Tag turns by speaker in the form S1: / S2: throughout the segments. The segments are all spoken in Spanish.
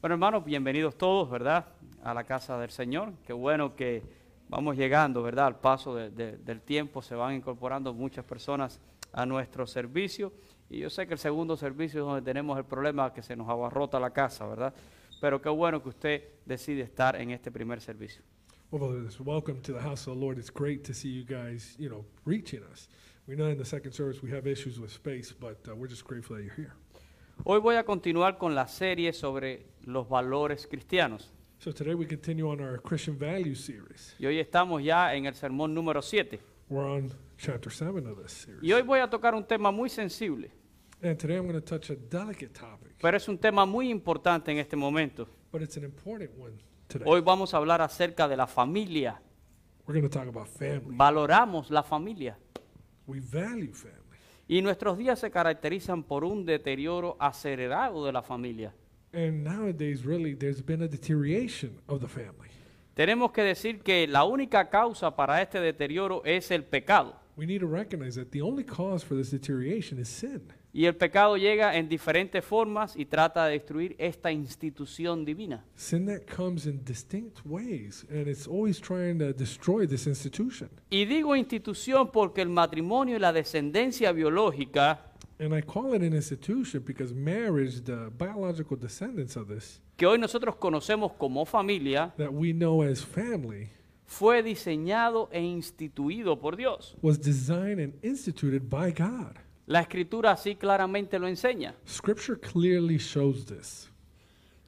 S1: Bueno, hermanos, bienvenidos todos, ¿verdad? A la casa del Señor. Qué bueno que vamos llegando, ¿verdad? Al paso de- de- del tiempo se van incorporando muchas personas a nuestro servicio. Y yo sé que el segundo servicio es donde tenemos el problema que se nos abarrota la casa, ¿verdad? Pero qué bueno que usted decide estar en este primer servicio.
S2: Well, brothers, welcome to the house of the Lord. It's great to see you guys, you know, reaching us. We know in the second service we have issues with space, but uh, we're just grateful that you're here.
S1: Hoy voy a continuar con la serie sobre los valores cristianos.
S2: So today we continue on our Christian value series.
S1: Y hoy estamos ya en el sermón número 7.
S2: We're on chapter seven of this series,
S1: Y hoy voy a tocar un tema muy sensible,
S2: and today I'm going to touch a delicate topic,
S1: pero es un tema muy importante en este momento.
S2: but it's an important one today.
S1: Hoy vamos a hablar acerca de la familia.
S2: We're going to talk about family.
S1: Valoramos la familia.
S2: We value family,
S1: Y nuestros días se caracterizan por un deterioro acelerado de la familia.
S2: and nowadays, really, there's been a deterioration of the family.
S1: Tenemos que decir que la única causa para este deterioro es el pecado.
S2: We need to recognize that the only cause for this deterioration is sin.
S1: Y el pecado llega en diferentes formas y trata de destruir esta institución divina.
S2: Sin that comes in distinct ways, and it's always trying to destroy this institution.
S1: Y digo institución porque el matrimonio y la descendencia biológica
S2: And I call it an institution because marriage, the biological descendants of this,
S1: que hoy nosotros conocemos como familia,
S2: that we know as family,
S1: fue diseñado e instituido por Dios.
S2: was designed and instituted by God.
S1: La escritura así claramente lo enseña.
S2: Scripture clearly shows this.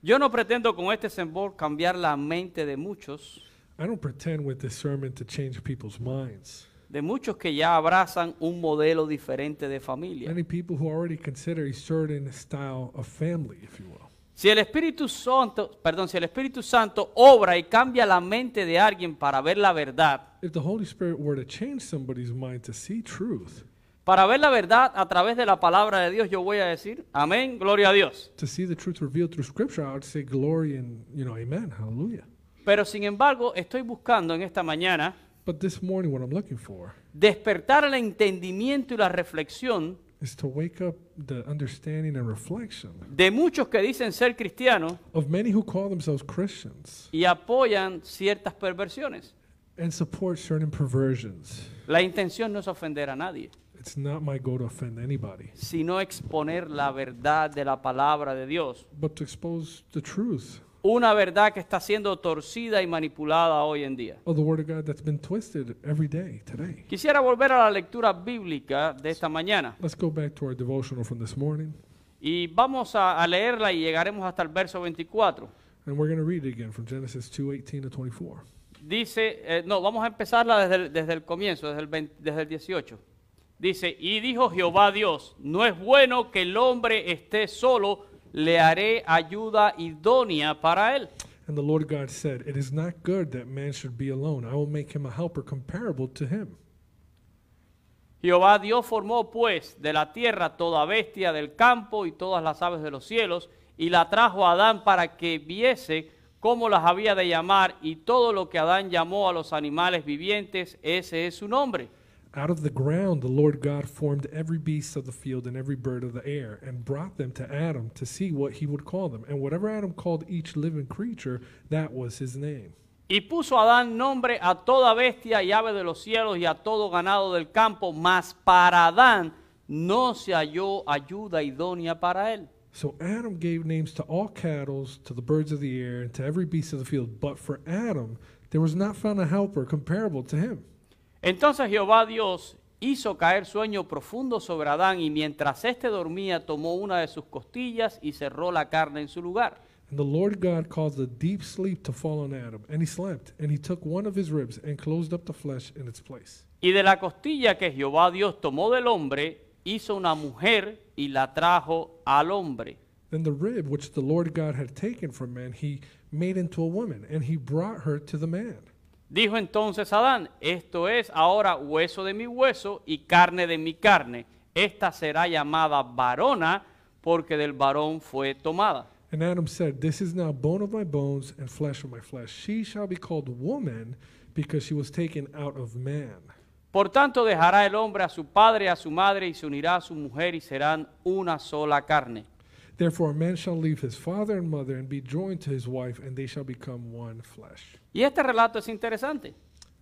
S1: Yo no pretendo con este sembol cambiar la mente de muchos,
S2: I don't pretend with this sermon to change people's minds.
S1: de muchos que ya abrazan un modelo diferente de familia.
S2: Many people who already consider a certain style of family, if you will.
S1: Si el Espíritu Santo, perdón, si el Espíritu Santo obra y cambia la mente de alguien para ver la verdad,
S2: If the Holy Spirit were to change somebody's mind to see truth,
S1: para ver la verdad a través de la palabra de Dios, yo voy a decir, amén, gloria a Dios.
S2: to see the truth revealed through scripture, I would say glory and, you know, amen, hallelujah.
S1: Pero sin embargo, estoy buscando en esta mañana
S2: But this morning, what I'm looking for
S1: despertar el entendimiento y la reflexión
S2: is to wake up the understanding and reflection
S1: de muchos que dicen ser cristianos
S2: of many who call themselves Christians
S1: y apoyan ciertas perversiones.
S2: and support certain perversions.
S1: La intención no es ofender a nadie,
S2: It's not my goal to offend anybody,
S1: sino exponer la verdad de la palabra de Dios.
S2: but to expose the truth
S1: Una verdad que está siendo torcida y manipulada hoy en día.
S2: of the Word of God that's been twisted every day today.
S1: Quisiera volver a la lectura bíblica de esta mañana
S2: Let's go back to our devotional from this morning,
S1: y vamos a, a leerla y llegaremos hasta el verso 24.
S2: and we're going to read it again from Genesis 2:18 to 24.
S1: Dice, eh, no, vamos a empezarla desde el, desde el comienzo, desde el, 20 desde el 18. Dice, y dijo Jehová Dios, no es bueno que el hombre esté solo, le haré ayuda idónea para él.
S2: And the Lord God said, It is not good that man should be alone. I will make him a helper comparable to him.
S1: Jehová Dios formó pues de la tierra toda bestia del campo y todas las aves de los cielos, y la trajo a Adán para que viese cómo las había de llamar, y todo lo que Adán llamó a los animales vivientes, ese es su nombre.
S2: Out of the ground the Lord God formed every beast of the field and every bird of the air, and brought them to Adam to see what he would call them. And whatever Adam called each living creature, that was his name.
S1: Y puso Adán nombre a toda bestia y ave de los cielos y a todo ganado del campo, mas para Adán no se halló ayuda idónea para él.
S2: So Adam gave names to all cattle, to the birds of the air, and to every beast of the field. But for Adam, there was not found a helper comparable to him.
S1: Entonces Jehová Dios hizo caer sueño profundo sobre Adán y mientras éste dormía tomó una de sus costillas y cerró la carne en su lugar.
S2: And the Lord God caused a deep sleep to fall on Adam, and he slept. And he took one of his ribs and closed up the flesh in its place.
S1: Y de la costilla que Jehová Dios tomó del hombre, hizo una mujer y la trajo al hombre.
S2: Then the rib which the Lord God had taken from man, he made into a woman, and he brought her to the man.
S1: Dijo entonces Adán, esto es ahora hueso de mi hueso y carne de mi carne. Esta será llamada varona porque del varón fue tomada.
S2: And Adam said, This is now bone of my bones and flesh of my flesh. She shall be called woman because she was taken out of man.
S1: Por tanto dejará el hombre a su padre y a su madre y se unirá a su mujer y serán una sola carne.
S2: Therefore, a man shall leave his father and mother and be joined to his wife, and they shall become one flesh.
S1: Y este relato es interesante,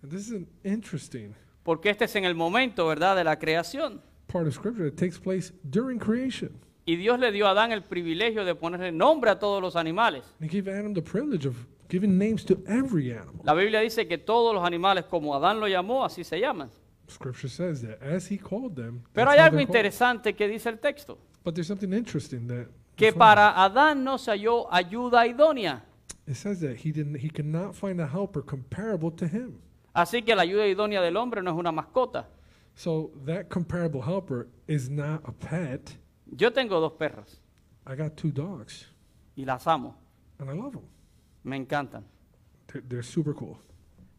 S2: And this is an interesting
S1: porque este es en el momento, ¿verdad?, de la creación.
S2: part of scripture that takes place during creation.
S1: Y Dios le dio a Adán el privilegio de ponerle nombre a todos los animales.
S2: And he gave Adam the privilege of giving names to every animal.
S1: La Biblia dice que todos los animales, como Adán lo llamó, así se llaman.
S2: Scripture says that as he called them.
S1: Pero
S2: that's
S1: hay
S2: how
S1: algo
S2: they're called.
S1: interesante que dice el texto,
S2: But there's something interesting that
S1: que
S2: we find.
S1: para Adán no se halló ayuda idónea.
S2: it says that he didn't he could not find a helper comparable to him.
S1: Así que la ayuda idónea del hombre no es una mascota.
S2: So that comparable helper is not a pet.
S1: Yo tengo dos perras
S2: I got two dogs
S1: y las amo,
S2: and I love them.
S1: me encantan,
S2: They're, they're super cool,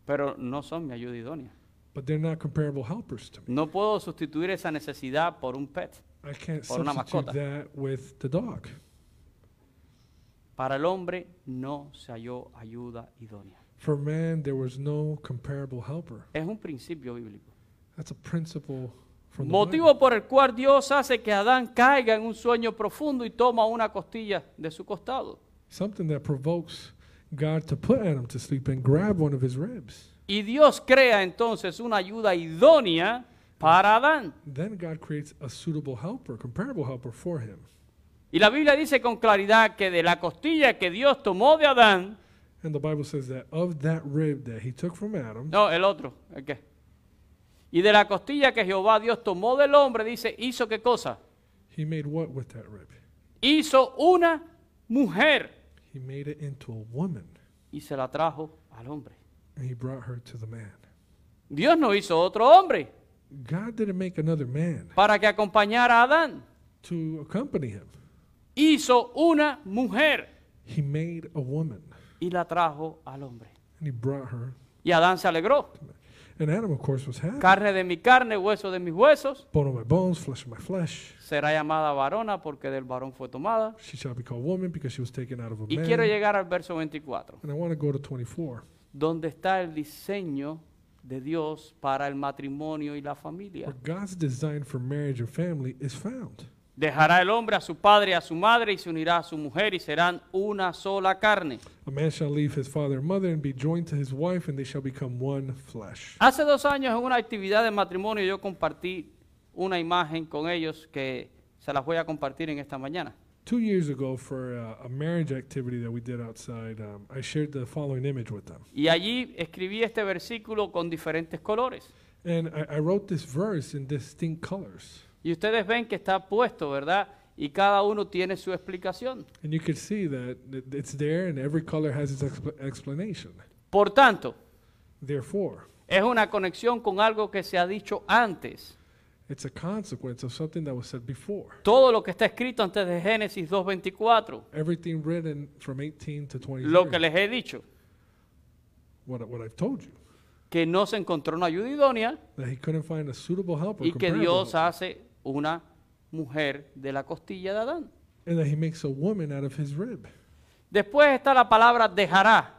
S1: pero no son mi ayuda idónea.
S2: but they're not comparable helpers to me.
S1: No puedo sustituir esa necesidad por un pet.
S2: I can't
S1: Por una
S2: substitute
S1: mascota.
S2: that with the dog.
S1: Para el hombre no se halló ayuda idónea.
S2: For man, there was no comparable helper.
S1: Es un principio bíblico.
S2: That's a principle from the Bible.
S1: Motivo por el cual Dios hace que Adán caiga en un sueño profundo y toma una costilla de su costado.
S2: Something that provokes God to put Adam to sleep and grab one of his ribs.
S1: Y Dios crea entonces una ayuda idónea para Adán.
S2: Then God creates a suitable helper, comparable helper for him.
S1: Y la Biblia dice con claridad que de la costilla que Dios tomó de Adán,
S2: And the Bible says that of that rib that he took from Adam,
S1: no, el otro, ¿el qué? Y de la costilla que Jehová Dios tomó del hombre, dice, hizo qué cosa?
S2: he made what with that rib?
S1: Hizo una mujer
S2: He made it into a woman
S1: y se la trajo al hombre.
S2: and he brought her to the man.
S1: Dios no hizo otro hombre
S2: God didn't make another man
S1: para que acompañara a Adán.
S2: to accompany him,
S1: hizo una mujer
S2: he made a woman
S1: y la trajo al hombre.
S2: and he brought her.
S1: Y Adán se alegró.
S2: And Adam, of course, was happy.
S1: Carne de mi carne, hueso de mis huesos,
S2: Bone of my bones, flesh of my flesh.
S1: será llamada varona porque del varón fue tomada.
S2: She shall be called woman because she was taken out of a
S1: Y
S2: man.
S1: quiero llegar al verso 24,
S2: And I want to go to 24,
S1: donde está el diseño de Dios para el matrimonio y la familia.
S2: where God's design for marriage and family is found.
S1: Dejará el hombre a su padre y a su madre y se unirá a su mujer y serán una sola carne.
S2: A man shall leave his father and mother and be joined to his wife, and they shall become one flesh.
S1: Hace dos años en una actividad de matrimonio yo compartí una imagen con ellos que se las voy a compartir en esta mañana.
S2: Two years ago, for uh, a marriage activity that we did outside, um, I shared the following image with them.
S1: Y allí escribí este versículo con diferentes colores.
S2: And I, I wrote this verse in distinct colors.
S1: Y ustedes ven que está puesto, ¿verdad? Y cada uno tiene su explicación.
S2: And you can see that it- it's there, and every color has its expl- explanation.
S1: Por tanto,
S2: Therefore,
S1: es una conexión con algo que se ha dicho antes.
S2: it's a consequence of something that was said before.
S1: Todo lo que está escrito antes de Génesis 2.24,
S2: Everything written from 18 to
S1: lo que
S2: 23,
S1: les he dicho,
S2: what, I- what I've told you,
S1: que no se encontró una ayuda idónea
S2: that he couldn't find a suitable helper,
S1: y que
S2: comparable
S1: Dios
S2: helper,
S1: hace una mujer de la costilla de Adán.
S2: and that he makes a woman out of his rib.
S1: Después está la palabra dejará,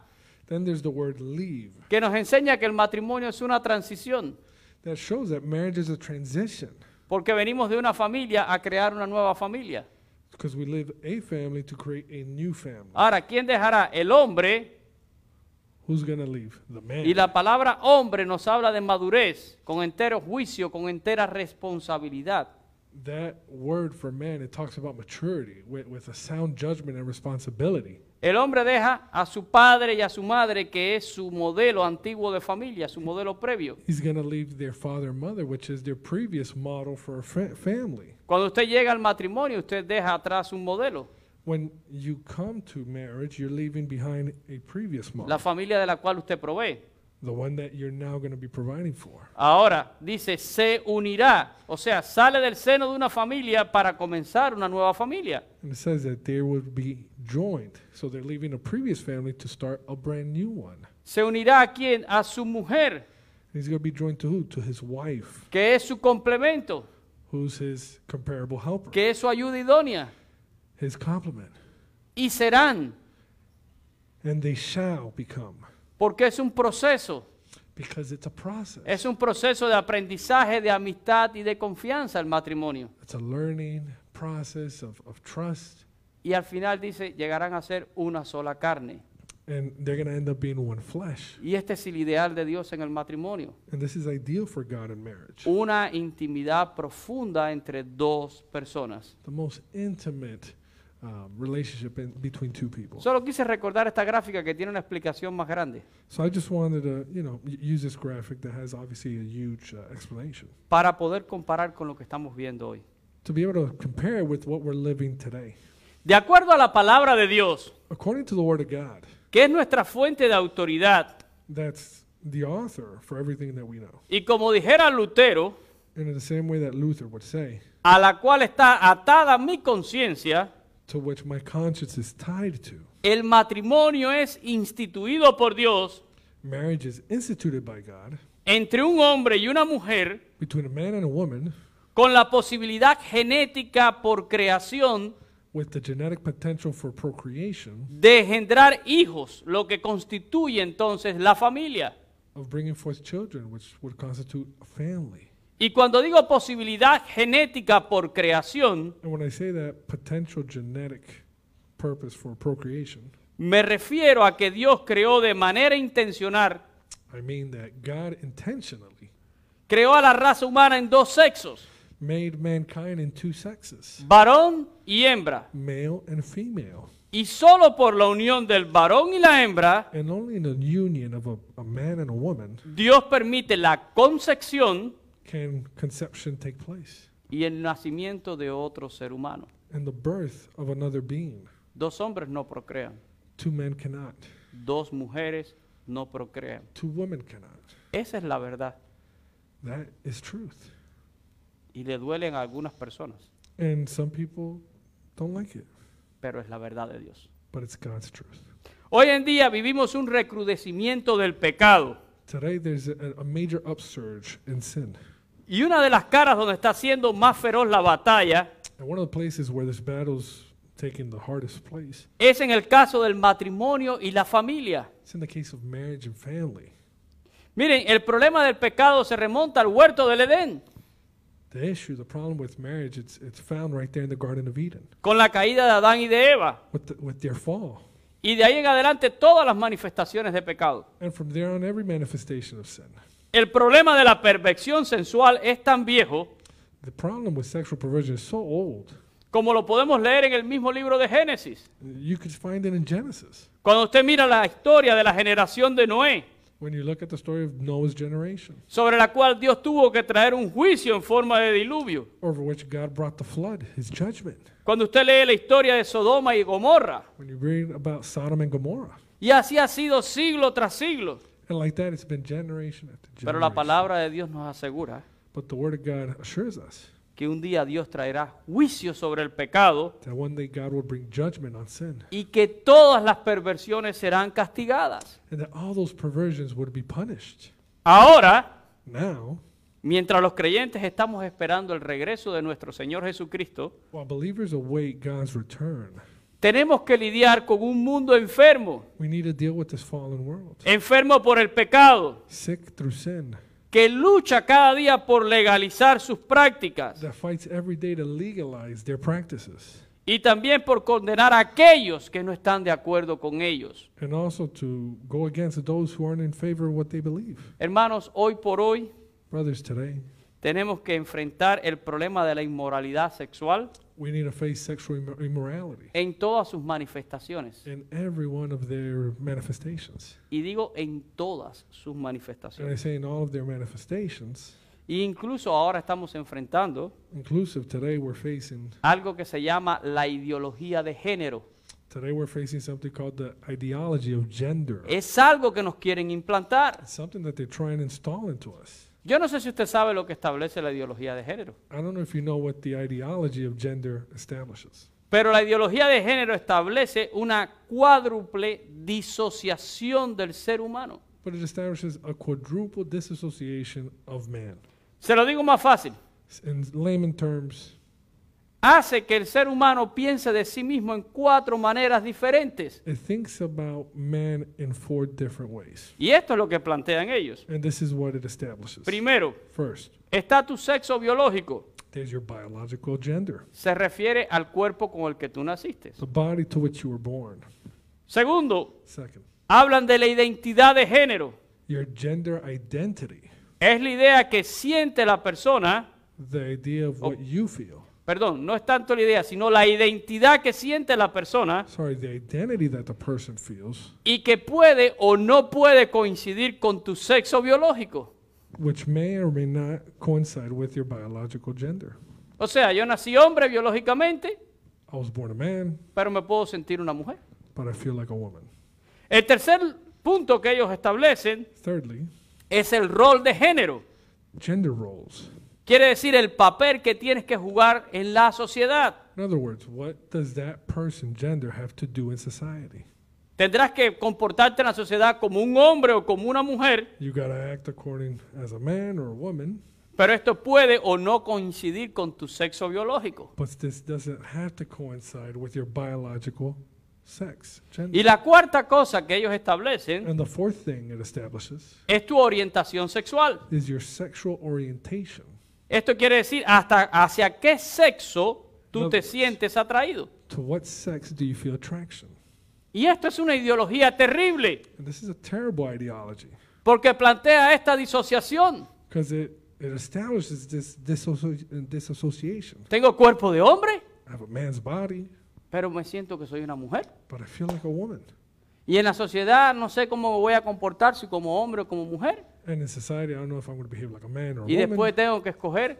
S2: Then there's the word leave.
S1: que nos enseña que el matrimonio es una transición.
S2: That shows that marriage is a transition
S1: Porque venimos de una familia a crear una nueva familia.
S2: because we live a family to create a new family.
S1: Ahora, ¿quién dejará? El hombre.
S2: Who's going to leave? The man.
S1: Y la palabra hombre nos habla de madurez, con entero juicio, con entera responsabilidad.
S2: that word for man, it talks about maturity with, with a sound judgment and responsibility.
S1: El hombre deja a su padre y a su madre, que es su modelo antiguo de familia, su modelo previo.
S2: He's going to leave their father and mother, which is their previous model for a fa- family.
S1: Cuando usted llega al matrimonio, usted deja atrás un modelo,
S2: When you come to marriage, you're leaving behind a previous model,
S1: la familia de la cual usted provee.
S2: the one that you're now going to be providing for.
S1: Ahora dice, se unirá, o sea, sale del seno de una familia para comenzar una nueva familia.
S2: And it says that they would be joined. So they're leaving a previous family to start a brand new one.
S1: se unirá a quién? A su mujer,
S2: He's going to be joined to who? To his wife,
S1: que es su complemento,
S2: who's his comparable helper,
S1: que es su ayuda idónea.
S2: his complement.
S1: Y serán,
S2: And they shall become,
S1: porque es un proceso,
S2: because it's a process.
S1: es un proceso de aprendizaje, de amistad y de confianza el matrimonio.
S2: It's a learning process of, of trust
S1: Y al final dice, llegarán a ser una sola carne.
S2: and they're going to end up being one flesh.
S1: Y este es el ideal de Dios en el matrimonio.
S2: And this is ideal for God in marriage.
S1: Una intimidad profunda entre dos personas.
S2: The most intimate um, relationship in, between two people.
S1: Solo quise recordar esta gráfica que tiene una explicación más grande.
S2: So I just wanted to, you know, y- use this graphic that has obviously a huge uh, explanation
S1: para poder comparar con lo que estamos viendo hoy.
S2: to be able to compare with what we're living today.
S1: De acuerdo a la palabra de Dios,
S2: According to the Word of God,
S1: que es nuestra fuente de autoridad,
S2: that's the author for everything that we know.
S1: y como dijera Lutero,
S2: And in the same way that Luther would say,
S1: a la cual está atada mi conciencia,
S2: to which my conscience is tied to,
S1: el matrimonio es instituido por Dios
S2: marriage is instituted by God
S1: entre un hombre y una mujer
S2: between a man and a woman
S1: con la posibilidad genética por creación
S2: with the genetic potential for procreation
S1: de engendrar hijos, lo que constituye entonces la familia.
S2: of bringing forth children, which would constitute a family.
S1: Y cuando digo posibilidad genética por creación,
S2: And when I say that potential genetic purpose for procreation,
S1: Me refiero a que Dios creó de manera intencional,
S2: I mean that God intentionally
S1: creó a la raza humana en dos sexos,
S2: made mankind in two sexes,
S1: varón y hembra.
S2: male and female.
S1: Y solo por la unión del varón y la hembra,
S2: And only in the union of a, a man and a woman
S1: Dios permite la concepción
S2: can conception take place
S1: y el nacimiento de otro ser humano.
S2: and the birth of another being.
S1: Dos hombres no procrean,
S2: Two men cannot,
S1: dos mujeres no procrean.
S2: two women cannot.
S1: Esa es la verdad
S2: That is truth.
S1: y le duelen a algunas personas,
S2: And some people don't like it,
S1: pero es la verdad de Dios.
S2: but it's God's truth.
S1: Hoy en día vivimos un recrudecimiento del pecado.
S2: Today, there's a, a major upsurge in sin.
S1: Y una de las caras donde está siendo más feroz la batalla
S2: And one of the places where this battle's taking the hardest place
S1: es en el caso del matrimonio y la familia.
S2: is in the case of marriage and family.
S1: Miren, el problema del pecado se remonta al huerto del Edén,
S2: The issue, the problem with marriage, it's, it's found right there in the Garden of Eden
S1: con la caída de Adán y de Eva.
S2: with, the, with their fall.
S1: Y de ahí en adelante todas las manifestaciones de pecado.
S2: And from there on, every manifestation of sin.
S1: El problema de la perversión sensual es tan viejo
S2: The problem with sexual perversion is so old,
S1: como lo podemos leer en el mismo libro de Génesis.
S2: you could find it in Genesis.
S1: Cuando usted mira la historia de la generación de Noé,
S2: When you look at the story of Noah's generation,
S1: sobre la cual Dios tuvo que traer un juicio en forma de diluvio.
S2: over which God brought the flood, his judgment.
S1: Cuando usted lee la historia de Sodoma y Gomorra,
S2: When you read about Sodom and Gomorrah,
S1: Y así ha sido siglo tras siglo.
S2: and like that, it's been generation after generation.
S1: Pero la palabra de Dios nos asegura
S2: But the Word of God assures us
S1: que un día Dios traerá juicio sobre el pecado
S2: that one day God will bring judgment on sin,
S1: y que todas las perversiones serán castigadas.
S2: and that all those perversions would be punished.
S1: Ahora,
S2: Now,
S1: mientras los creyentes estamos esperando el regreso de nuestro Señor Jesucristo,
S2: while believers await God's return,
S1: tenemos que lidiar con un mundo enfermo,
S2: we need to deal with this fallen world,
S1: enfermo por el pecado,
S2: sick through sin,
S1: que lucha cada día por legalizar sus prácticas
S2: that fights every day to legalize their practices,
S1: y también por condenar a aquellos que no están de acuerdo con ellos.
S2: and also to go against those who aren't in favor of what they believe.
S1: Hermanos, hoy por hoy
S2: Brothers, today,
S1: tenemos que enfrentar el problema de la inmoralidad sexual
S2: we need to face sexual immor- immorality
S1: en todas sus manifestaciones.
S2: in every one of their manifestations.
S1: Y digo en todas sus
S2: And I
S1: manifestaciones.
S2: say in all of their manifestations,
S1: Y incluso ahora estamos enfrentando
S2: inclusive today we're facing
S1: algo que se llama la ideología de género.
S2: Today we're facing something called the ideology of gender.
S1: Es algo que nos quieren implantar.
S2: It's something that they try and install into us.
S1: Yo no sé si usted sabe lo que establece la ideología de género,
S2: I don't know if you know what the ideology of gender establishes,
S1: pero la ideología de género establece una cuádruple disociación del ser humano.
S2: but it establishes a quadruple disassociation of man.
S1: Se lo digo más fácil.
S2: S- In layman terms,
S1: hace que el ser humano piense de sí mismo en cuatro maneras diferentes.
S2: it thinks about man in four different ways.
S1: Y esto es lo que plantean ellos.
S2: And this is what it establishes.
S1: Primero,
S2: First,
S1: está tu sexo biológico,
S2: There's your biological gender,
S1: Se refiere al cuerpo con el que tú naciste.
S2: the body to which you were born.
S1: Segundo,
S2: Second,
S1: hablan de la identidad de género.
S2: your gender identity,
S1: Es la idea que siente la persona,
S2: the idea of what you feel.
S1: perdón, no es tanto la idea, sino la identidad que siente la persona
S2: Sorry, the identity that the person feels,
S1: y que puede o no puede coincidir con tu sexo biológico.
S2: which may or may not coincide with your biological gender.
S1: O sea, yo nací hombre biológicamente,
S2: I was born a man,
S1: pero me puedo sentir una mujer.
S2: but I feel like a woman.
S1: El tercer punto que ellos establecen
S2: Thirdly,
S1: es el rol de género.
S2: gender roles.
S1: Quiere decir el papel que tienes que jugar en la sociedad.
S2: In other words, what does that person gender have to do in society?
S1: Tendrás que comportarte en la sociedad como un hombre o como una mujer,
S2: You gotta act according as a man or a woman,
S1: pero esto puede o no coincidir con tu sexo biológico.
S2: but this doesn't have to coincide with your biological sex gender.
S1: Y la cuarta cosa que ellos establecen
S2: and the fourth thing it establishes
S1: es tu orientación sexual.
S2: is your sexual orientation.
S1: Esto quiere decir hasta hacia qué sexo tú
S2: No,
S1: te
S2: pues.
S1: sientes atraído.
S2: To what sex do you feel attraction?
S1: Y esto es una ideología terrible
S2: And this is a terrible ideology
S1: porque plantea esta disociación.
S2: because it, it establishes this disasso- disassociation.
S1: Tengo cuerpo de hombre,
S2: I have a man's body,
S1: pero me siento que soy una mujer.
S2: but I feel like a woman.
S1: Y en la sociedad no sé cómo me voy a comportar, si como hombre o como mujer.
S2: And in society, I don't know if I'm going to behave like a man or a
S1: Y
S2: woman.
S1: después tengo que escoger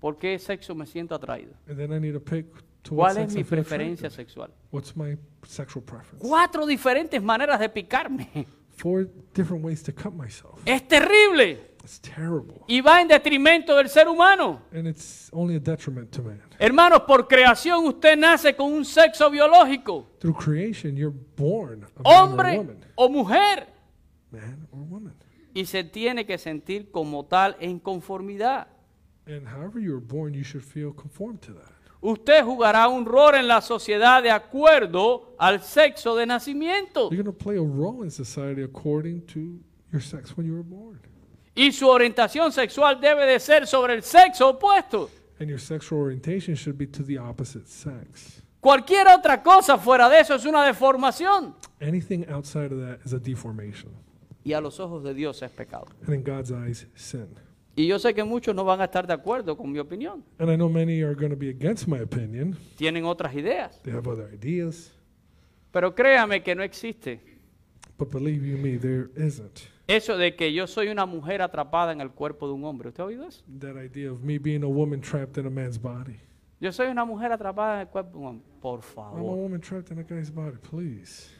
S1: por qué sexo me siento atraído.
S2: and then I need to pick to
S1: ¿Cuál
S2: what sex
S1: es mi
S2: I feel
S1: preferencia
S2: attracted.
S1: sexual?
S2: What's my sexual preference?
S1: Cuatro diferentes maneras de picarme.
S2: Four different ways to cut myself.
S1: Es terrible
S2: It's terrible.
S1: y va en detrimento del ser humano.
S2: And it's only a detriment to man.
S1: Hermanos, por creación usted nace con un sexo biológico,
S2: Through creation, you're born a man or a
S1: hombre
S2: woman.
S1: o mujer,
S2: Man or woman.
S1: y se tiene que sentir como tal en conformidad.
S2: And however you were born, you should feel conformed to that.
S1: Usted jugará un rol en la sociedad de acuerdo al sexo de nacimiento.
S2: You're going to play a role in society according to your sex when you were born.
S1: Y su orientación sexual debe de ser sobre el sexo opuesto.
S2: And your sexual orientation should be to the opposite sex.
S1: Cualquier otra cosa fuera de eso es una deformación.
S2: Anything outside of that is a deformation.
S1: Y a los ojos de Dios es pecado.
S2: And in God's eyes, sin.
S1: Y yo sé que muchos no van a estar de acuerdo con mi opinión.
S2: And I know many are going to be against my opinion.
S1: Tienen otras ideas.
S2: They have other ideas.
S1: Pero créame que no existe
S2: But believe you me, there isn't.
S1: eso de que yo soy una mujer atrapada en el cuerpo de un hombre. ¿Usted ha oído eso?
S2: That idea of me being a woman trapped in a man's body.
S1: Yo soy una mujer atrapada en el cuerpo de un hombre. Por
S2: I'm a
S1: favor.
S2: woman trapped in a guy's body, please.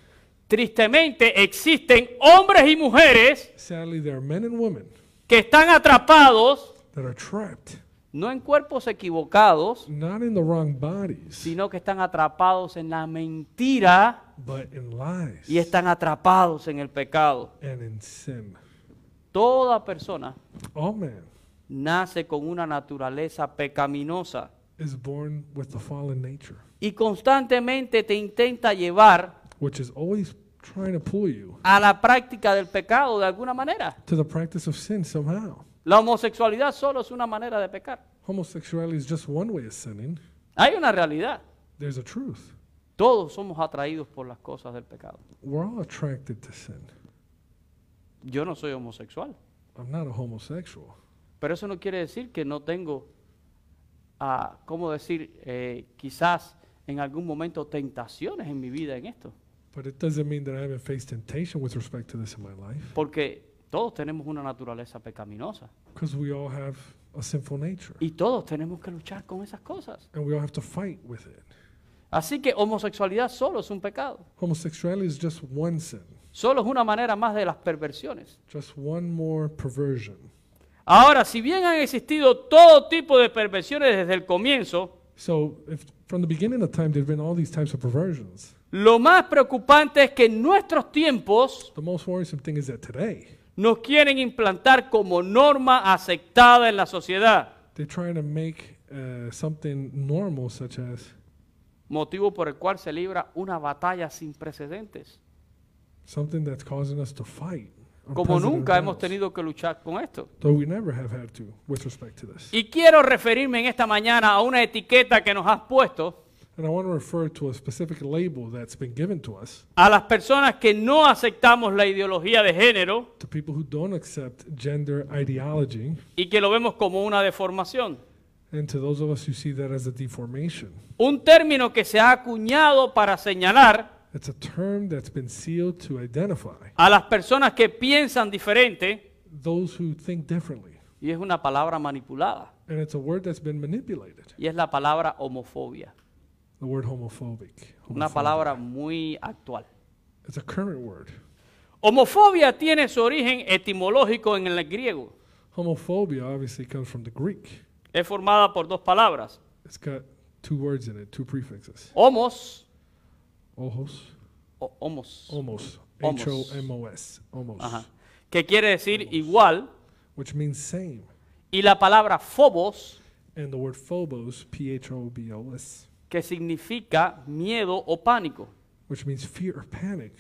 S1: Tristemente existen hombres y mujeres
S2: Sadly, there are men and women
S1: que están atrapados
S2: that are trapped,
S1: no en cuerpos equivocados,
S2: not in the wrong bodies,
S1: sino que están atrapados en la mentira
S2: but in lies
S1: y están atrapados en el pecado.
S2: and in sin.
S1: Toda persona
S2: All man
S1: nace con una naturaleza pecaminosa
S2: is born with the fallen nature,
S1: y constantemente te intenta llevar
S2: which is always trying to pull you
S1: a la práctica del pecado de alguna manera.
S2: to the practice of sin somehow.
S1: La homosexualidad solo es una manera de pecar.
S2: Homosexuality is just one way of sinning.
S1: Hay una realidad.
S2: There's a truth.
S1: Todos somos atraídos por las cosas del pecado.
S2: We're all attracted to sin.
S1: Yo no soy homosexual,
S2: I'm not a homosexual.
S1: pero eso no quiere decir que no tengo, ah, ¿cómo decir? eh, quizás en algún momento tentaciones en mi vida en esto.
S2: But it doesn't mean that I haven't faced temptation with respect to this in my life,
S1: Porque todos tenemos una naturaleza pecaminosa
S2: because we all have a sinful nature,
S1: y todos tenemos que luchar con esas cosas.
S2: and we all have to fight with it.
S1: Así que homosexualidad solo es un pecado,
S2: Homosexuality is just one sin,
S1: solo es una manera más de las perversiones.
S2: just one more perversion.
S1: Ahora, si bien han existido todo tipo de perversiones desde el comienzo,
S2: So, if from the beginning of time there've been all these types of perversions,
S1: lo más preocupante es que en nuestros tiempos
S2: the most worrisome thing is that today
S1: nos quieren implantar como norma aceptada en la sociedad,
S2: they're trying to make uh, something normal, such as
S1: motivo por el cual se libra una batalla sin precedentes.
S2: something that's causing us to fight or
S1: como
S2: president
S1: nunca hemos
S2: battles,
S1: tenido que luchar con esto.
S2: Though we never have had to with respect to this.
S1: Y quiero referirme en esta mañana a una etiqueta que nos has puesto
S2: And I want to refer to a specific label that's been given to us
S1: a las personas que no aceptamos la ideología de género
S2: to people who don't accept gender ideology
S1: y que lo vemos como una deformación.
S2: and to those of us who see that as a deformation.
S1: Un término que se ha acuñado para señalar
S2: It's a term that's been sealed to identify
S1: a las personas que piensan diferente
S2: those who think differently.
S1: y es una palabra manipulada
S2: And it's a word that's been manipulated.
S1: y es la palabra homofobia,
S2: The word homophobic.
S1: una
S2: Homophobic.
S1: palabra muy actual.
S2: It's a current word.
S1: Homofobia tiene su origen etimológico en el griego.
S2: Homophobia obviously comes from the Greek.
S1: Es formada por dos palabras,
S2: It's got two words in it, two prefixes.
S1: homos
S2: Ojos,
S1: o homos, Homos.
S2: almost.
S1: Uh-huh.
S2: H O M O S. Almost.
S1: Ajá. que quiere decir igual,
S2: Which means same.
S1: y la palabra phobos,
S2: And the word phobos, P H O B O S,
S1: que significa miedo o pánico.
S2: which means fear or panic.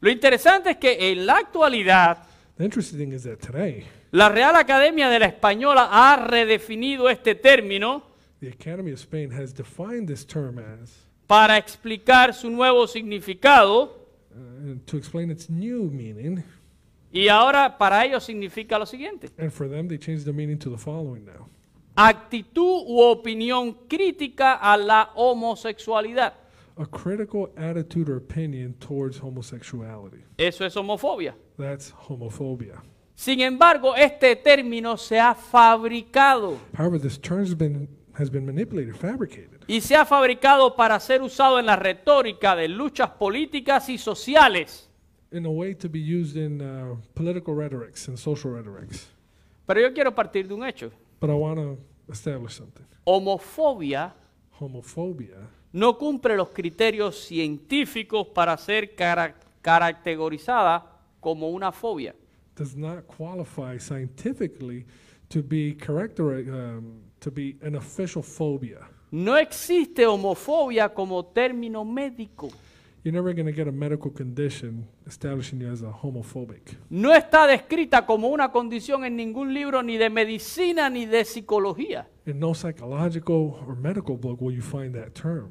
S1: Lo interesante es que en la actualidad
S2: The interesting thing is that today,
S1: la Real Academia de la Española ha redefinido este término
S2: the Academy of Spain has defined this term as,
S1: para explicar su nuevo significado
S2: uh, and to explain its new meaning,
S1: y ahora para ellos significa lo siguiente.
S2: and for them, they changed the meaning to the following now
S1: actitud u opinión crítica a la homosexualidad.
S2: a critical attitude or opinion towards homosexuality.
S1: Eso es homofobia.
S2: That's homophobia.
S1: Sin embargo, este término se ha fabricado
S2: However, this term has been, has been manipulated, fabricated,
S1: y se ha fabricado para ser usado en la retórica de luchas políticas y sociales.
S2: in a way to be used in uh, political rhetorics and social rhetorics.
S1: Pero yo quiero partir de un hecho.
S2: But I want to establish something.
S1: Homofobia
S2: Homophobia
S1: no cumple los criterios científicos para ser cara- caracterizada como una fobia.
S2: does not qualify scientifically to be correct or, um, to be an official phobia.
S1: No existe homofobia como término médico.
S2: You're never going to get a medical condition establishing you as a homophobic.
S1: no está descrita como una condición en ningún libro ni de medicina ni de psicología.
S2: In no psychological or medical book will you find that term.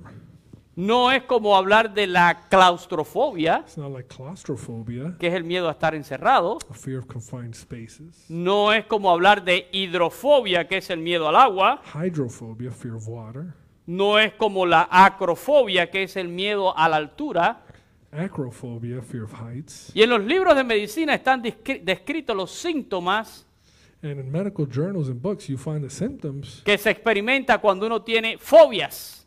S1: No es como hablar de la claustrofobia,
S2: It's not like claustrophobia,
S1: que es el miedo a estar encerrado.
S2: a fear of confined spaces,
S1: No es como hablar de hidrofobia, que es el miedo al agua.
S2: hydrophobia, fear of water,
S1: No es como la acrofobia, que es el miedo a la altura.
S2: acrophobia, fear of heights.
S1: Y en los libros de medicina están descri- descritos los síntomas
S2: And in medical journals and books, you find the symptoms
S1: que se experimenta cuando uno tiene fobias.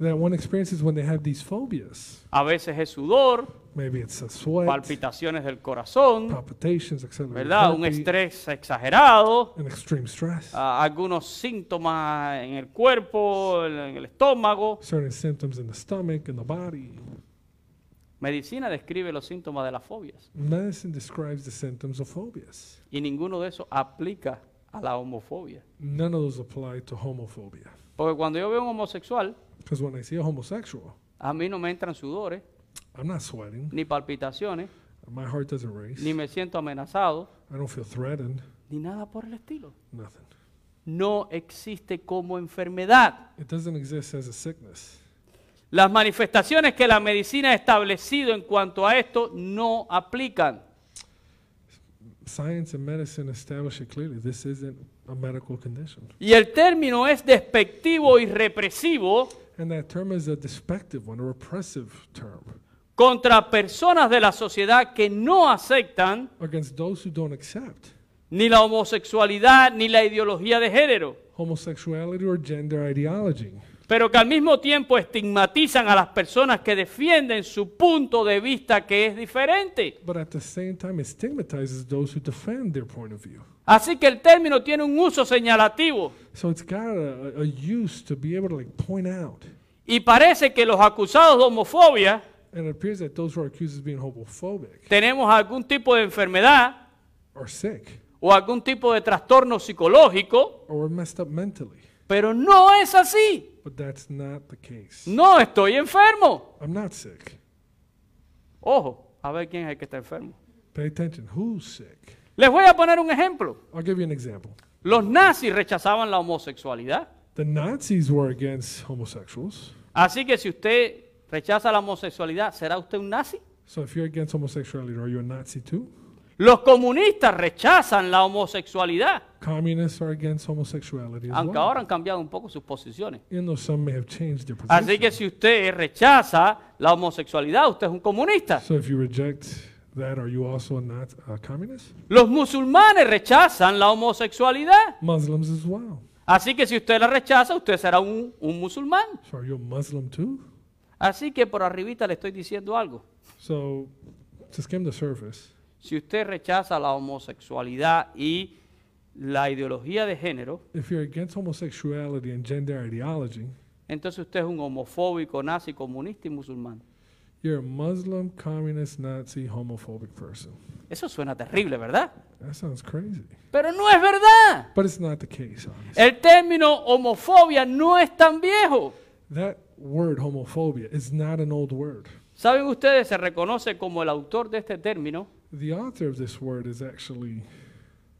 S2: that one experiences when they have these phobias.
S1: A veces es sudor,
S2: Maybe it's a sweat,
S1: palpitaciones del corazón,
S2: palpitations, accelerated
S1: ¿verdad? Un
S2: heartbeat,
S1: estrés exagerado,
S2: and extreme stress.
S1: a- algunos síntomas en el cuerpo, en en el estómago.
S2: certain symptoms in the stomach and the body.
S1: Medicina describe los síntomas de las fobias
S2: Medicine describes the symptoms of phobias.
S1: y ninguno de esos aplica a la homofobia.
S2: None of those apply to homophobia.
S1: Porque cuando yo veo a un homosexual,
S2: Because when I see a homosexual,
S1: a mí no me entran sudores,
S2: I'm not sweating.
S1: ni palpitaciones,
S2: My heart doesn't race.
S1: ni me siento amenazado,
S2: I don't feel threatened.
S1: ni nada por el estilo.
S2: Nothing.
S1: No existe como enfermedad.
S2: It doesn't exist as a sickness.
S1: Las manifestaciones que la medicina ha establecido en cuanto a esto no aplican.
S2: Science and medicine establish it clearly. This isn't a medical condition.
S1: Y el término es despectivo y represivo
S2: And that term is a despective one, a repressive term,
S1: contra personas de la sociedad que no aceptan
S2: against those who don't accept
S1: ni la homosexualidad ni la ideología de género,
S2: homosexuality or gender ideology.
S1: pero que al mismo tiempo estigmatizan a las personas que defienden su punto de vista que es diferente.
S2: But at the same time, it stigmatizes those who defend their point of view.
S1: Así que el término tiene un uso señalativo
S2: So it's got a, a- a use to be able to like point out.
S1: y parece que los acusados de homofobia
S2: And it appears that those who are accused of being homophobic
S1: tenemos algún tipo de enfermedad
S2: are sick
S1: o algún tipo de trastorno psicológico,
S2: or messed up mentally.
S1: pero no es así.
S2: But that's not the case.
S1: No estoy enfermo.
S2: I'm not sick.
S1: Ojo, a ver quién es el que está enfermo.
S2: Pay attention. Who's sick?
S1: Les voy a poner un ejemplo.
S2: I'll give you an example.
S1: Los nazis rechazaban la homosexualidad.
S2: The Nazis were against homosexuals.
S1: Así que si usted rechaza la homosexualidad, ¿será usted un nazi?
S2: So if you're against homosexuality, are you a Nazi too?
S1: Los comunistas rechazan la homosexualidad,
S2: Communists are against homosexuality as
S1: aunque
S2: well.
S1: ahora han cambiado un poco sus posiciones.
S2: Even though some may have changed their position.
S1: Así que si usted rechaza la homosexualidad, usted es un comunista.
S2: So if you reject that, are you also not a communist?
S1: Los musulmanes rechazan la homosexualidad.
S2: Muslims as well.
S1: Así que si usted la rechaza, usted será un, un musulmán.
S2: So are you a Muslim too?
S1: Así que por arribita le estoy diciendo algo.
S2: So to skim the surface,
S1: Si usted rechaza la homosexualidad y la ideología de género,
S2: if you're against homosexuality and gender ideology,
S1: entonces usted es un homofóbico, nazi, comunista y musulmán.
S2: you're a Muslim, communist, Nazi, homophobic person.
S1: Eso suena terrible, ¿verdad?
S2: That sounds crazy.
S1: Pero no es verdad.
S2: But it's not the case, honestly.
S1: El término homofobia no es tan viejo.
S2: That word homophobia is not an old word.
S1: Saben ustedes, se reconoce como el autor de este término
S2: The author of this word is actually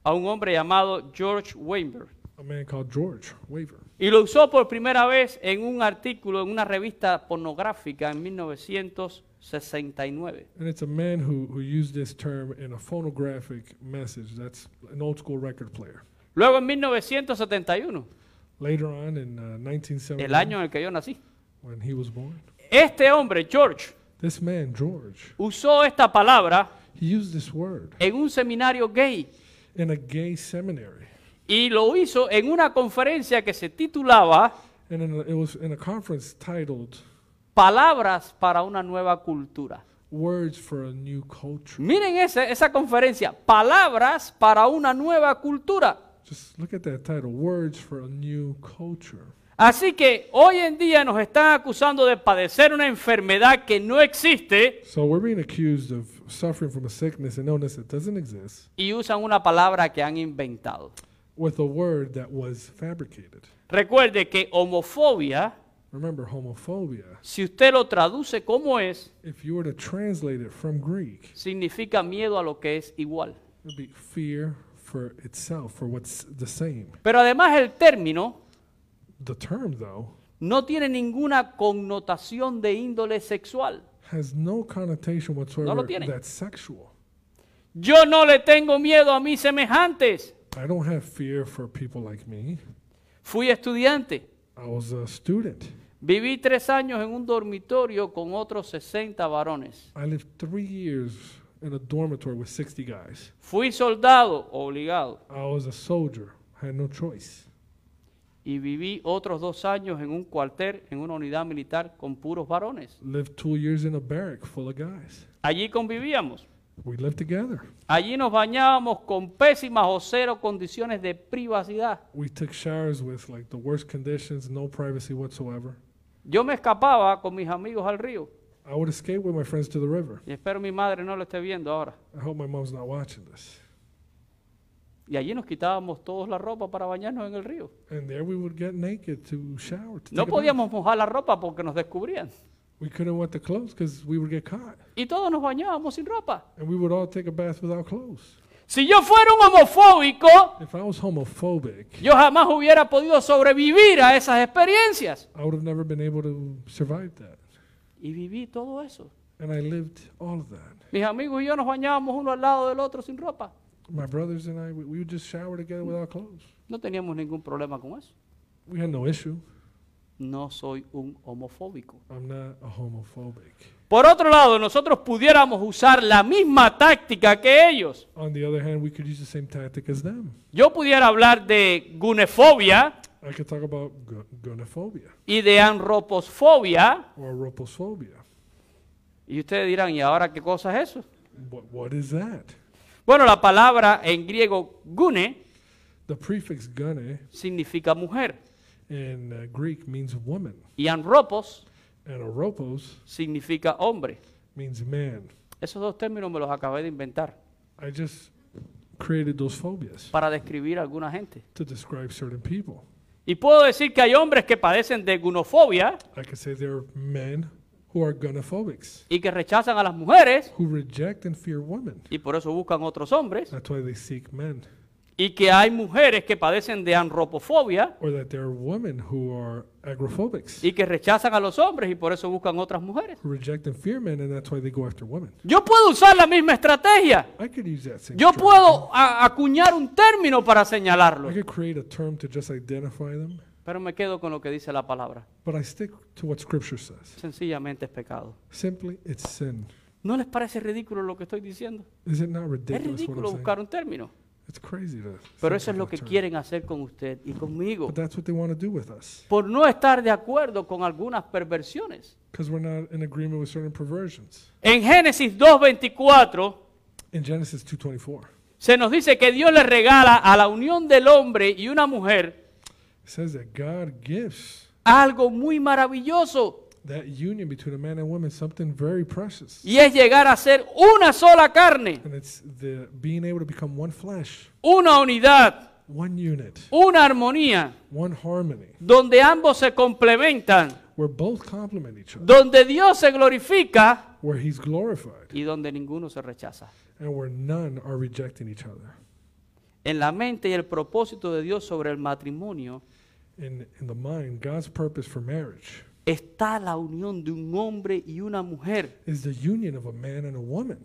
S1: a un hombre llamado George Weinberg.
S2: a man called George Waver.
S1: Y lo usó por primera vez en un artículo en una revista pornográfica en 1969.
S2: And it's a man who, who used this term in a phonographic message. That's an old school record player.
S1: Luego en 1971,
S2: Later on in uh, 1970,
S1: el año en el que yo nací,
S2: when he was born,
S1: este hombre, George,
S2: this man, George,
S1: usó esta palabra
S2: he used this word
S1: en un seminario gay
S2: in a gay seminary.
S1: y lo hizo en una conferencia que se titulaba
S2: And in a, it was in a conference titled
S1: Palabras para una nueva cultura.
S2: Words for a New Culture.
S1: Miren ese- esa conferencia, Palabras para una nueva cultura.
S2: Just look at that title Words for a New Culture.
S1: Así que hoy en día nos están acusando de padecer una enfermedad que no existe
S2: So we're being accused of suffering from a sickness and illness that doesn't exist
S1: y usan una palabra que han inventado.
S2: with a word that was fabricated.
S1: Recuerde que homofobia,
S2: Remember, homophobia,
S1: si usted lo traduce como es,
S2: if you were to translate it from Greek,
S1: significa miedo a lo que es igual.
S2: it would be fear for itself, for what's the same.
S1: Pero además el término
S2: The term, though,
S1: no tiene ninguna connotación de índole sexual.
S2: has no connotation whatsoever
S1: tiene.
S2: that's sexual.
S1: Yo no le tengo miedo a mis semejantes.
S2: I don't have fear for people like me.
S1: Fui estudiante.
S2: I was a student.
S1: Viví tres años en un dormitorio con otros 60 varones.
S2: I lived three years in a dormitory with 60 guys.
S1: Fui soldado obligado.
S2: I was a soldier. I had no choice.
S1: y viví otros dos años en un cuartel, en una unidad militar con puros varones.
S2: Lived two years in a barrack full of guys.
S1: Allí convivíamos,
S2: We lived together.
S1: allí nos bañábamos con pésimas o cero condiciones de privacidad.
S2: We took showers with like the worst conditions, no privacy whatsoever.
S1: Yo me escapaba con mis amigos al río,
S2: I would escape with my friends to the river.
S1: y espero mi madre no lo esté viendo ahora.
S2: I hope my mom's not watching this.
S1: Y allí nos quitábamos todos la ropa para bañarnos en el río.
S2: And there we would get naked to
S1: No
S2: shower. To take a bath.
S1: podíamos mojar la ropa porque nos descubrían.
S2: We couldn't wet the clothes because we would get caught.
S1: Y todos nos bañábamos sin ropa.
S2: And we would all take a bath without clothes.
S1: Si yo fuera un homofóbico,
S2: If I was homophobic,
S1: yo jamás hubiera podido sobrevivir a esas experiencias.
S2: I would have never been able to survive that.
S1: Y viví todo eso.
S2: And I lived all of that.
S1: Mis amigos y yo nos bañábamos uno al lado del otro sin ropa.
S2: My brothers and I, we, we would just shower together without clothes.
S1: No teníamos ningún problema con eso.
S2: We had no issue.
S1: No soy un homofóbico.
S2: I'm not a homophobic.
S1: Por otro lado, nosotros pudiéramos usar la misma táctica que ellos.
S2: On the other hand, we could use the same tactic as them.
S1: Yo pudiera hablar de gunefobia
S2: I could talk about gu- gonophobia
S1: y de anroposfobia.
S2: or ropophobia.
S1: Y ustedes dirán, ¿y ahora qué cosa es eso?
S2: What, what is that?
S1: Bueno, la palabra en griego gune
S2: The prefix gune
S1: significa mujer
S2: in uh, Greek means woman,
S1: y anropos
S2: and oropos
S1: significa hombre.
S2: means man.
S1: Esos dos términos me los acabé de inventar
S2: I just created those phobias
S1: para describir a alguna gente.
S2: to describe certain people.
S1: Y puedo decir que hay hombres que padecen de gunofobia
S2: I could say there are men who are gonophobics,
S1: y que rechazan a las mujeres
S2: who reject and fear women.
S1: y por eso buscan otros hombres
S2: That's why they seek men.
S1: y que hay mujeres que padecen de anropofobia
S2: Or that there are women who are agrophobics,
S1: y que rechazan a los hombres y por eso buscan otras mujeres.
S2: who reject and fear men, and that's why they go after women.
S1: Yo puedo usar la misma estrategia.
S2: I could use that same
S1: Yo
S2: term.
S1: puedo a- acuñar un término para señalarlo.
S2: I could create a term to just identify them,
S1: Pero me quedo con lo que dice la palabra.
S2: but I stick to what Scripture says.
S1: Sencillamente es pecado.
S2: Simply, it's sin.
S1: ¿No les parece ridículo lo que estoy diciendo?
S2: Is it not
S1: Es
S2: ridiculous what I'm
S1: ridículo
S2: saying?
S1: buscar un término.
S2: It's crazy
S1: Pero
S2: to. think
S1: eso es
S2: of
S1: lo
S2: a
S1: que
S2: term.
S1: quieren hacer con usted y conmigo.
S2: But that's what they want to do with us,
S1: Por no estar de acuerdo con algunas perversiones.
S2: because we're not in agreement with certain perversions.
S1: En Génesis 2.24
S2: In Genesis 2:24, it
S1: se nos dice que Dios le regala a la unión del hombre y una mujer
S2: says that God gives
S1: algo muy maravilloso.
S2: that union between a man and woman something very precious,
S1: Y es llegar a ser una sola carne,
S2: and it's the being able to become one flesh,
S1: una unidad,
S2: one unit,
S1: una armonía,
S2: one harmony,
S1: donde ambos se complementan,
S2: where both complement each other,
S1: donde Dios se glorifica
S2: where He's glorified,
S1: y donde ninguno se rechaza.
S2: and where none are rejecting each other.
S1: En la mente y el propósito de Dios sobre el matrimonio
S2: In in the mind, God's purpose for marriage
S1: está la unión de un hombre y una mujer
S2: is the union of a man and a woman.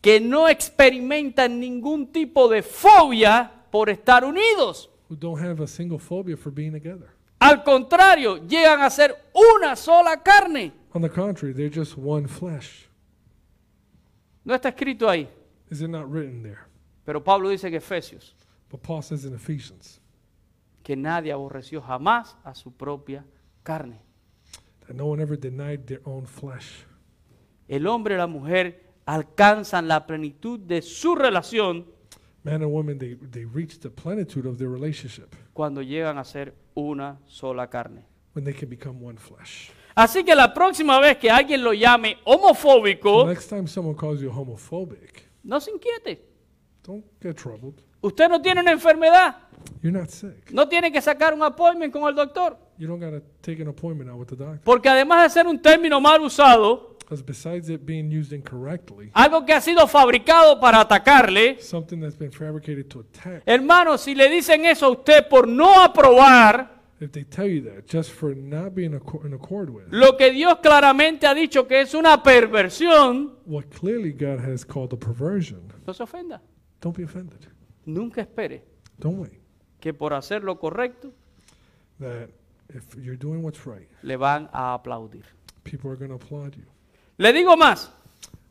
S1: que no experimentan ningún tipo de fobia por estar unidos.
S2: who don't have a single phobia for being together.
S1: Al contrario, llegan a ser una sola carne.
S2: On the contrary, they're just one flesh.
S1: No está escrito ahí,
S2: Is it not written there?
S1: pero Pablo dice en Efesios
S2: But Paul says in Ephesians
S1: que nadie aborreció jamás a su propia carne.
S2: that no one ever denied their own flesh.
S1: El hombre y la mujer alcanzan la plenitud de su relación
S2: Man and woman, they, they reach the plenitude of their relationship
S1: cuando llegan a ser una sola carne.
S2: when they can become one flesh.
S1: Así que la próxima vez que alguien lo llame
S2: So
S1: homofóbico,
S2: next time someone calls you homophobic,
S1: no se inquiete.
S2: don't get troubled.
S1: Usted no tiene una enfermedad,
S2: You're not sick.
S1: no tiene que sacar un appointment con el doctor.
S2: You don't got to take an appointment out with the doctor.
S1: Porque además de ser un término mal usado,
S2: Because besides it being used incorrectly,
S1: algo que ha sido fabricado para atacarle,
S2: something that's been fabricated to attack,
S1: hermano, si le dicen eso a usted por no aprobar
S2: if they tell you that just for not being acco- in accord with,
S1: lo que Dios claramente ha dicho que es una perversión,
S2: what clearly God has called a perversion,
S1: no se ofenda.
S2: don't be offended.
S1: Nunca espere
S2: Don't wait.
S1: que por hacer lo correcto
S2: That if you're doing what's right,
S1: le van a aplaudir.
S2: people are going to applaud you.
S1: Le digo más,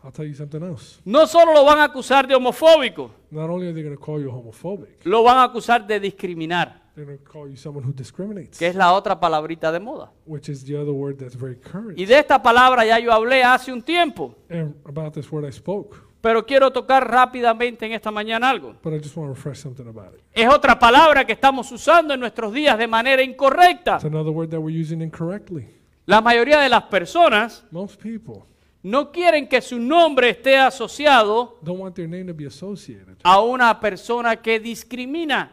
S2: I'll tell you something else.
S1: no solo lo van a acusar de homofóbico,
S2: Not only are they going to call you homophobic,
S1: lo van a acusar de discriminar,
S2: they're going to call you someone who discriminates,
S1: que es la otra palabrita de moda.
S2: which is the other word that's very current.
S1: Y de esta palabra ya yo hablé hace un tiempo,
S2: And about this word I spoke,
S1: pero quiero tocar rápidamente en esta mañana algo.
S2: but I just want to refresh something about it.
S1: Es otra palabra que estamos usando en nuestros días de manera incorrecta.
S2: It's another word that we're using incorrectly.
S1: La mayoría de las personas
S2: Most people
S1: no quieren que su nombre esté asociado
S2: don't want their name to be associated
S1: a una persona que discrimina.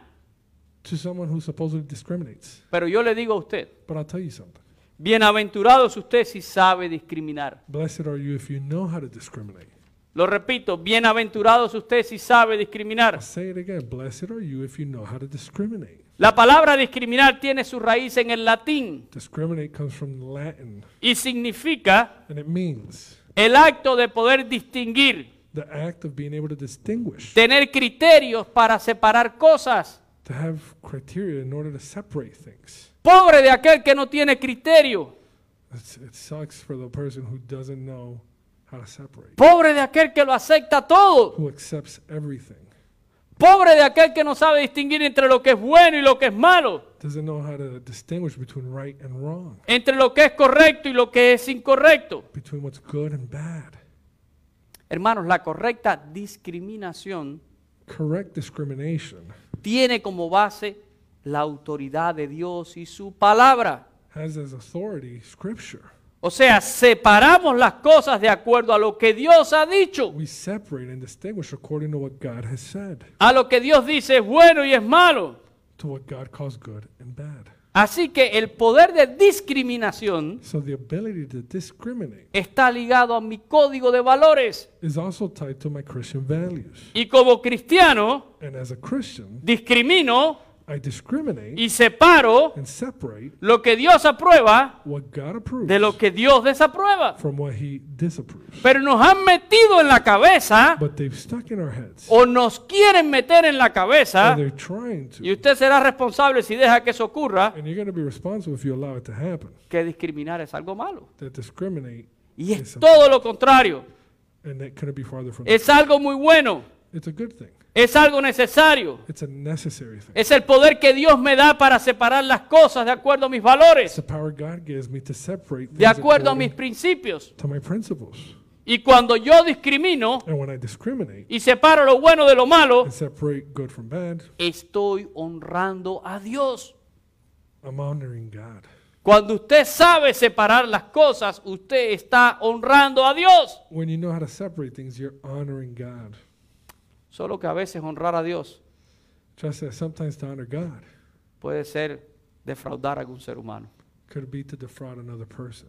S2: to someone who supposedly discriminates.
S1: Pero yo le digo a usted,
S2: But I'll tell you something.
S1: bienaventurado es usted si sabe discriminar.
S2: Blessed are you if you know how to discriminate.
S1: Lo repito, bienaventurado es usted si sabe discriminar.
S2: I'll say it again. Blessed are you if you know how to discriminate.
S1: La palabra discriminar tiene su raíz en el latín
S2: Discriminate comes from Latin,
S1: y significa
S2: and it means
S1: el acto de poder distinguir,
S2: the act of being able to distinguish,
S1: tener criterios para separar cosas.
S2: to have criteria in order to separate things.
S1: Pobre de aquel que no tiene criterio,
S2: It's, it sucks for the person who doesn't know how to separate,
S1: pobre de aquel que lo acepta todo,
S2: who accepts everything,
S1: pobre de aquel que no sabe distinguir entre lo que es bueno y lo que es malo,
S2: doesn't know how to distinguish between right and wrong,
S1: entre lo que es correcto y lo que es incorrecto.
S2: between what's good and bad.
S1: Hermanos, la correcta discriminación
S2: Correct discrimination
S1: tiene como base la autoridad de Dios y su palabra.
S2: has as authority scripture.
S1: O sea, separamos las cosas de acuerdo a lo que Dios ha dicho,
S2: We separate and distinguish according to what God has said,
S1: a lo que Dios dice es bueno y es malo.
S2: to what God calls good and bad.
S1: Así que el poder de discriminación
S2: So the ability to discriminate
S1: está ligado a mi código de valores.
S2: is also tied to my Christian values.
S1: Y como cristiano,
S2: And as a Christian,
S1: discrimino
S2: I discriminate
S1: y separo
S2: and separate
S1: lo que Dios aprueba
S2: what God approves
S1: de lo que Dios desaprueba.
S2: from what He disapproves.
S1: Pero nos han metido en la cabeza
S2: But they've stuck in our heads,
S1: o ah, nos quieren meter en la cabeza
S2: and they're trying
S1: y
S2: to.
S1: usted será responsable si deja que eso ocurra,
S2: And you're going to be responsible if you allow it to happen.
S1: que discriminar es algo malo.
S2: That discriminate,
S1: Y es
S2: Eso.
S1: todo lo contrario.
S2: and that couldn't be farther from.
S1: Es algo muy bueno,
S2: It's a good thing.
S1: es algo necesario.
S2: It's a necessary thing.
S1: Es el poder que Dios me da para separar las cosas de acuerdo a mis valores,
S2: It's the power God gives me to separate things
S1: de acuerdo a mis
S2: according
S1: principios.
S2: to my principles.
S1: Y cuando yo discrimino
S2: And when I discriminate
S1: y separo lo bueno de lo malo,
S2: and separate good from bad,
S1: estoy honrando a Dios.
S2: I'm honoring God.
S1: Cuando usted sabe separar las cosas, usted está honrando a Dios.
S2: When you know how to separate things, you're honoring God.
S1: Solo que a veces honrar a Dios
S2: Just as sometimes to honor God
S1: puede ser defraudar a algún ser humano.
S2: could be to defraud another person.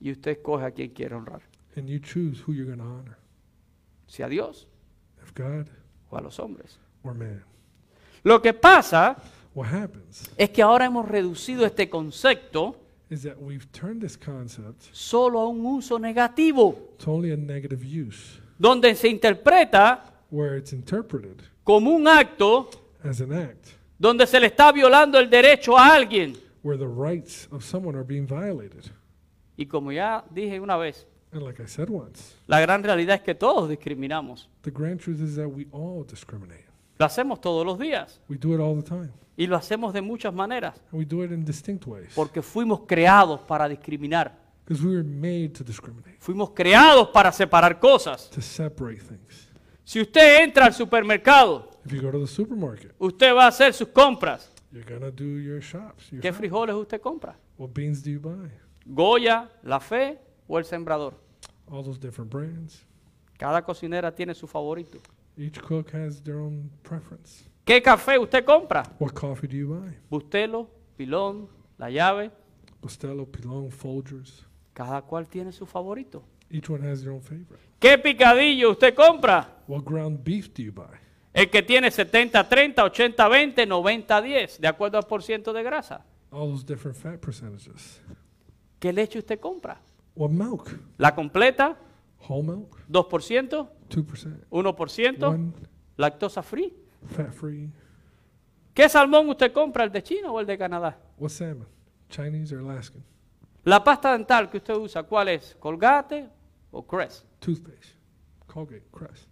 S1: Y usted escoge a quien quiere honrar.
S2: And you choose who you're going to honor,
S1: Si a Dios
S2: if God
S1: o a los hombres.
S2: or man.
S1: Lo que pasa
S2: What happens
S1: es que ahora hemos reducido este concepto
S2: is that we've turned this concept
S1: solo a un uso negativo,
S2: to only a negative use,
S1: donde se interpreta
S2: where it's interpreted
S1: como un acto
S2: as an act
S1: donde se le está violando el derecho a alguien.
S2: where the rights of someone are being violated.
S1: Y como ya dije una vez,
S2: And like I said once,
S1: la gran realidad es que todos discriminamos.
S2: the grand truth is that we all discriminate.
S1: Lo hacemos todos los días
S2: We do it all the time.
S1: y lo hacemos de muchas maneras,
S2: And we do it in distinct ways.
S1: porque fuimos creados para discriminar,
S2: Because we were made to discriminate,
S1: fuimos creados para separar cosas.
S2: to separate things.
S1: Si usted entra al supermercado,
S2: If you go to the supermarket,
S1: usted va a hacer sus compras.
S2: you're going to do your shops. Your
S1: ¿Qué
S2: shop.
S1: frijoles usted compra?
S2: What beans do you buy?
S1: Goya, La Fe o El Sembrador.
S2: All those different brands.
S1: Cada cocinera tiene su favorito.
S2: Each cook has their own preference.
S1: ¿Qué café usted compra?
S2: What coffee do you buy?
S1: Bustelo, Pilón, La Llave.
S2: Bustelo, Pilon, Folgers.
S1: Cada cual tiene su favorito.
S2: Each one has their own favorite.
S1: ¿Qué picadillo usted compra?
S2: What ground beef do you buy?
S1: El que tiene 70, 30, 80, 20, 90, 10, de acuerdo al por ciento de grasa.
S2: All those different fat percentages.
S1: ¿Qué leche usted compra?
S2: What milk?
S1: La completa,
S2: Whole milk?
S1: 2%,
S2: 2%.
S1: 1%,
S2: One
S1: lactosa free.
S2: fat free.
S1: ¿Qué salmón usted compra, el de China o el de Canadá?
S2: What salmon? Chinese or Alaskan?
S1: La pasta dental que usted usa, ¿cuál es? ¿Colgate o Crest?
S2: Toothpaste. Colgate, Crest.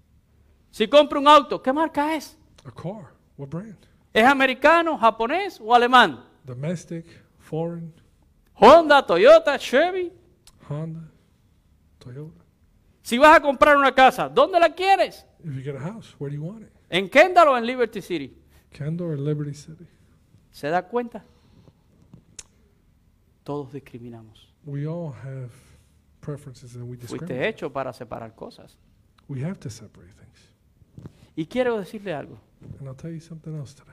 S1: Si compra un auto, ¿qué marca es?
S2: A car. What brand?
S1: ¿Es americano, japonés o alemán?
S2: Domestic, foreign,
S1: Honda, Toyota, Chevy.
S2: Honda, Toyota.
S1: Si vas a comprar una casa, ¿dónde la quieres?
S2: If you get a house, where do you want it?
S1: ¿En Kendall o en Liberty City?
S2: Kendall or Liberty City?
S1: ¿Se da cuenta? Todos discriminamos.
S2: We all have preferences and we
S1: Fuiste
S2: discriminate.
S1: hecho para separar cosas.
S2: We have to separate things.
S1: Y quiero decirle algo.
S2: And I'll tell you something else today.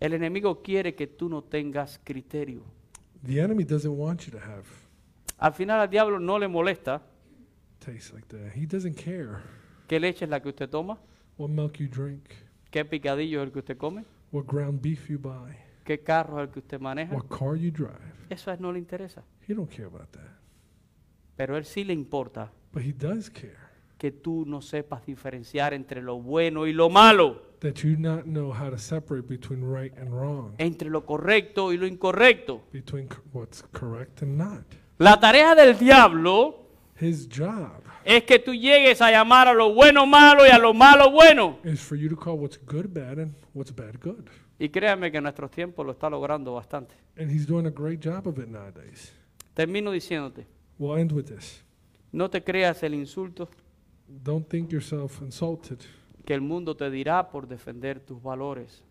S1: El enemigo quiere que tú no tengas criterio.
S2: The enemy doesn't want you to have
S1: Al final al diablo no le molesta
S2: tastes like that. He doesn't care
S1: qué leche es la que usted toma,
S2: what milk you drink,
S1: qué picadillo es el que usted come,
S2: what ground beef you buy,
S1: qué carro es el que usted maneja.
S2: what car you drive.
S1: Eso a él no le interesa.
S2: He don't care about that.
S1: Pero a él sí le importa
S2: But he does care
S1: que tú no sepas diferenciar entre lo bueno y lo malo,
S2: that you not know how to separate between right and wrong,
S1: entre lo correcto y lo incorrecto.
S2: between c- what's correct and not.
S1: La tarea del diablo
S2: His job
S1: es que tú llegues a llamar a lo bueno malo y a lo malo bueno.
S2: is for you to call what's good bad and what's bad good.
S1: Y créanme que en nuestros tiempos lo está logrando bastante.
S2: And he's doing a great job of it nowadays.
S1: Termino diciéndote,
S2: We'll end with this.
S1: no te creas el insulto
S2: Don't think yourself insulted
S1: que el mundo te dirá por defender tus valores.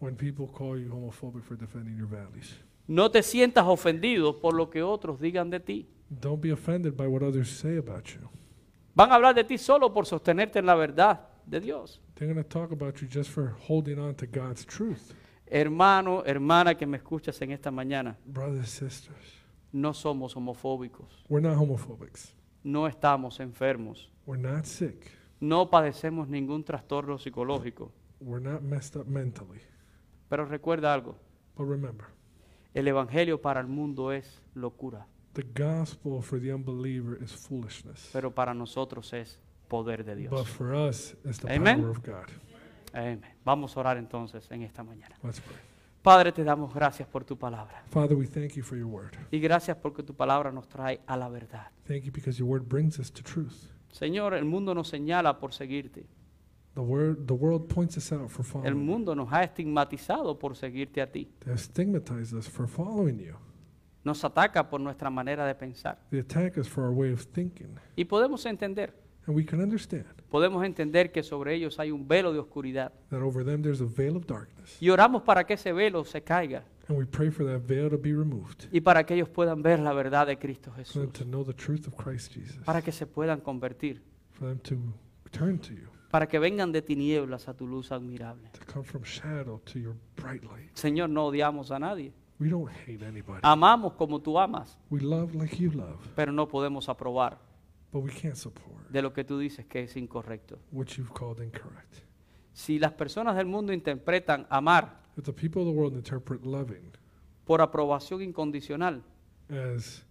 S2: when people call you homophobic for defending your values.
S1: No te sientas ofendido por lo que otros digan de ti.
S2: Don't be offended by what others say about you.
S1: Van a hablar de ti solo por sostenerte en la verdad de Dios.
S2: They're going to talk about you just for holding on to God's truth.
S1: Hermano, hermana que me escuchas en esta mañana,
S2: Brothers, sisters,
S1: no somos homofóbicos,
S2: we're not homophobics.
S1: no estamos enfermos,
S2: We're not sick.
S1: no padecemos ningún trastorno psicológico.
S2: We're not messed up mentally.
S1: Pero recuerda algo,
S2: But remember,
S1: el Evangelio para el mundo es locura,
S2: the gospel for the unbeliever is foolishness.
S1: pero para nosotros es poder de
S2: But
S1: Dios.
S2: for us, it's the
S1: Amen.
S2: power of God.
S1: Amén. Vamos a orar entonces en esta mañana.
S2: Let's pray.
S1: Padre, te damos gracias por tu palabra
S2: Father, we thank you for your word.
S1: y gracias porque tu palabra nos trae a la verdad.
S2: Thank you because your word brings us to truth.
S1: Señor, el mundo nos señala por seguirte.
S2: The word, the world points us out for
S1: El
S2: following. you.
S1: mundo nos ha estigmatizado por seguirte a ti.
S2: They have stigmatized us for following you.
S1: Nos ataca por nuestra manera de pensar.
S2: They attack us for our way of thinking,
S1: Y podemos entender,
S2: and we can understand
S1: podemos entender que sobre ellos hay un velo de oscuridad.
S2: that over them there's a veil of darkness,
S1: Y oramos para que ese velo se caiga
S2: and we pray for that veil to be removed,
S1: y para que ellos puedan ver la verdad de Cristo
S2: for them
S1: Jesús,
S2: to know the truth of Christ Jesus,
S1: para que se puedan convertir,
S2: for them to turn to you,
S1: para que vengan de tinieblas a tu luz admirable.
S2: to come from shadow to your bright light.
S1: Señor, no odiamos a nadie.
S2: We don't hate anybody.
S1: Amamos como tú amas,
S2: We love like you love,
S1: pero no podemos aprobar
S2: but we can't support
S1: de lo que tú dices que es incorrecto.
S2: what you've called incorrect.
S1: Si las personas del mundo interpretan amar
S2: If the people of the world interpret loving
S1: por aprobación incondicional,
S2: as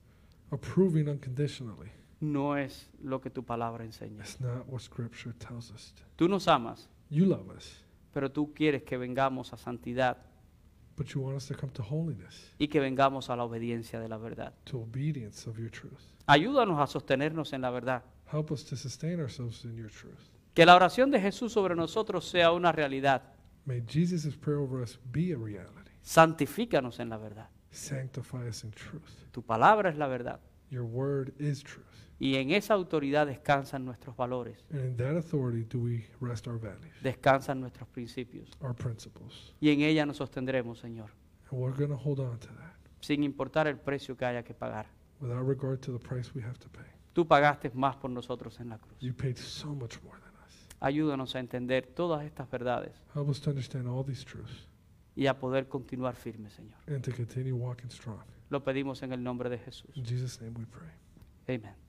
S2: approving unconditionally,
S1: no es lo que tu palabra enseña.
S2: that's not what Scripture tells us. to-
S1: Tú nos amas,
S2: You love us,
S1: pero tú quieres que vengamos a santidad
S2: but you want us to come to holiness,
S1: y que vengamos a la obediencia de la verdad.
S2: to obedience of your truth.
S1: Ayúdanos a sostenernos en la verdad.
S2: Help us to sustain ourselves in your truth.
S1: Que la oración de Jesús sobre nosotros sea una realidad.
S2: May Jesus' prayer over us be a reality.
S1: Santifícanos en la verdad.
S2: Sanctify us in truth.
S1: Tu palabra es la verdad.
S2: Your word is truth.
S1: Y en esa autoridad descansan nuestros valores,
S2: And in that authority do we rest our values,
S1: descansan nuestros principios.
S2: our principles.
S1: Y en ella nos sostendremos, Señor,
S2: And we're going to hold on to that
S1: sin importar el precio que haya que pagar.
S2: without regard to the price we have to pay.
S1: Tú pagaste más por nosotros en la cruz.
S2: You paid so much more than us.
S1: Ayúdanos a entender todas estas verdades
S2: Help us to understand all these truths
S1: y a poder continuar firmes, Señor.
S2: and to continue walking strong.
S1: Lo pedimos en el nombre de Jesús.
S2: In Jesus' name we pray.
S1: Amén.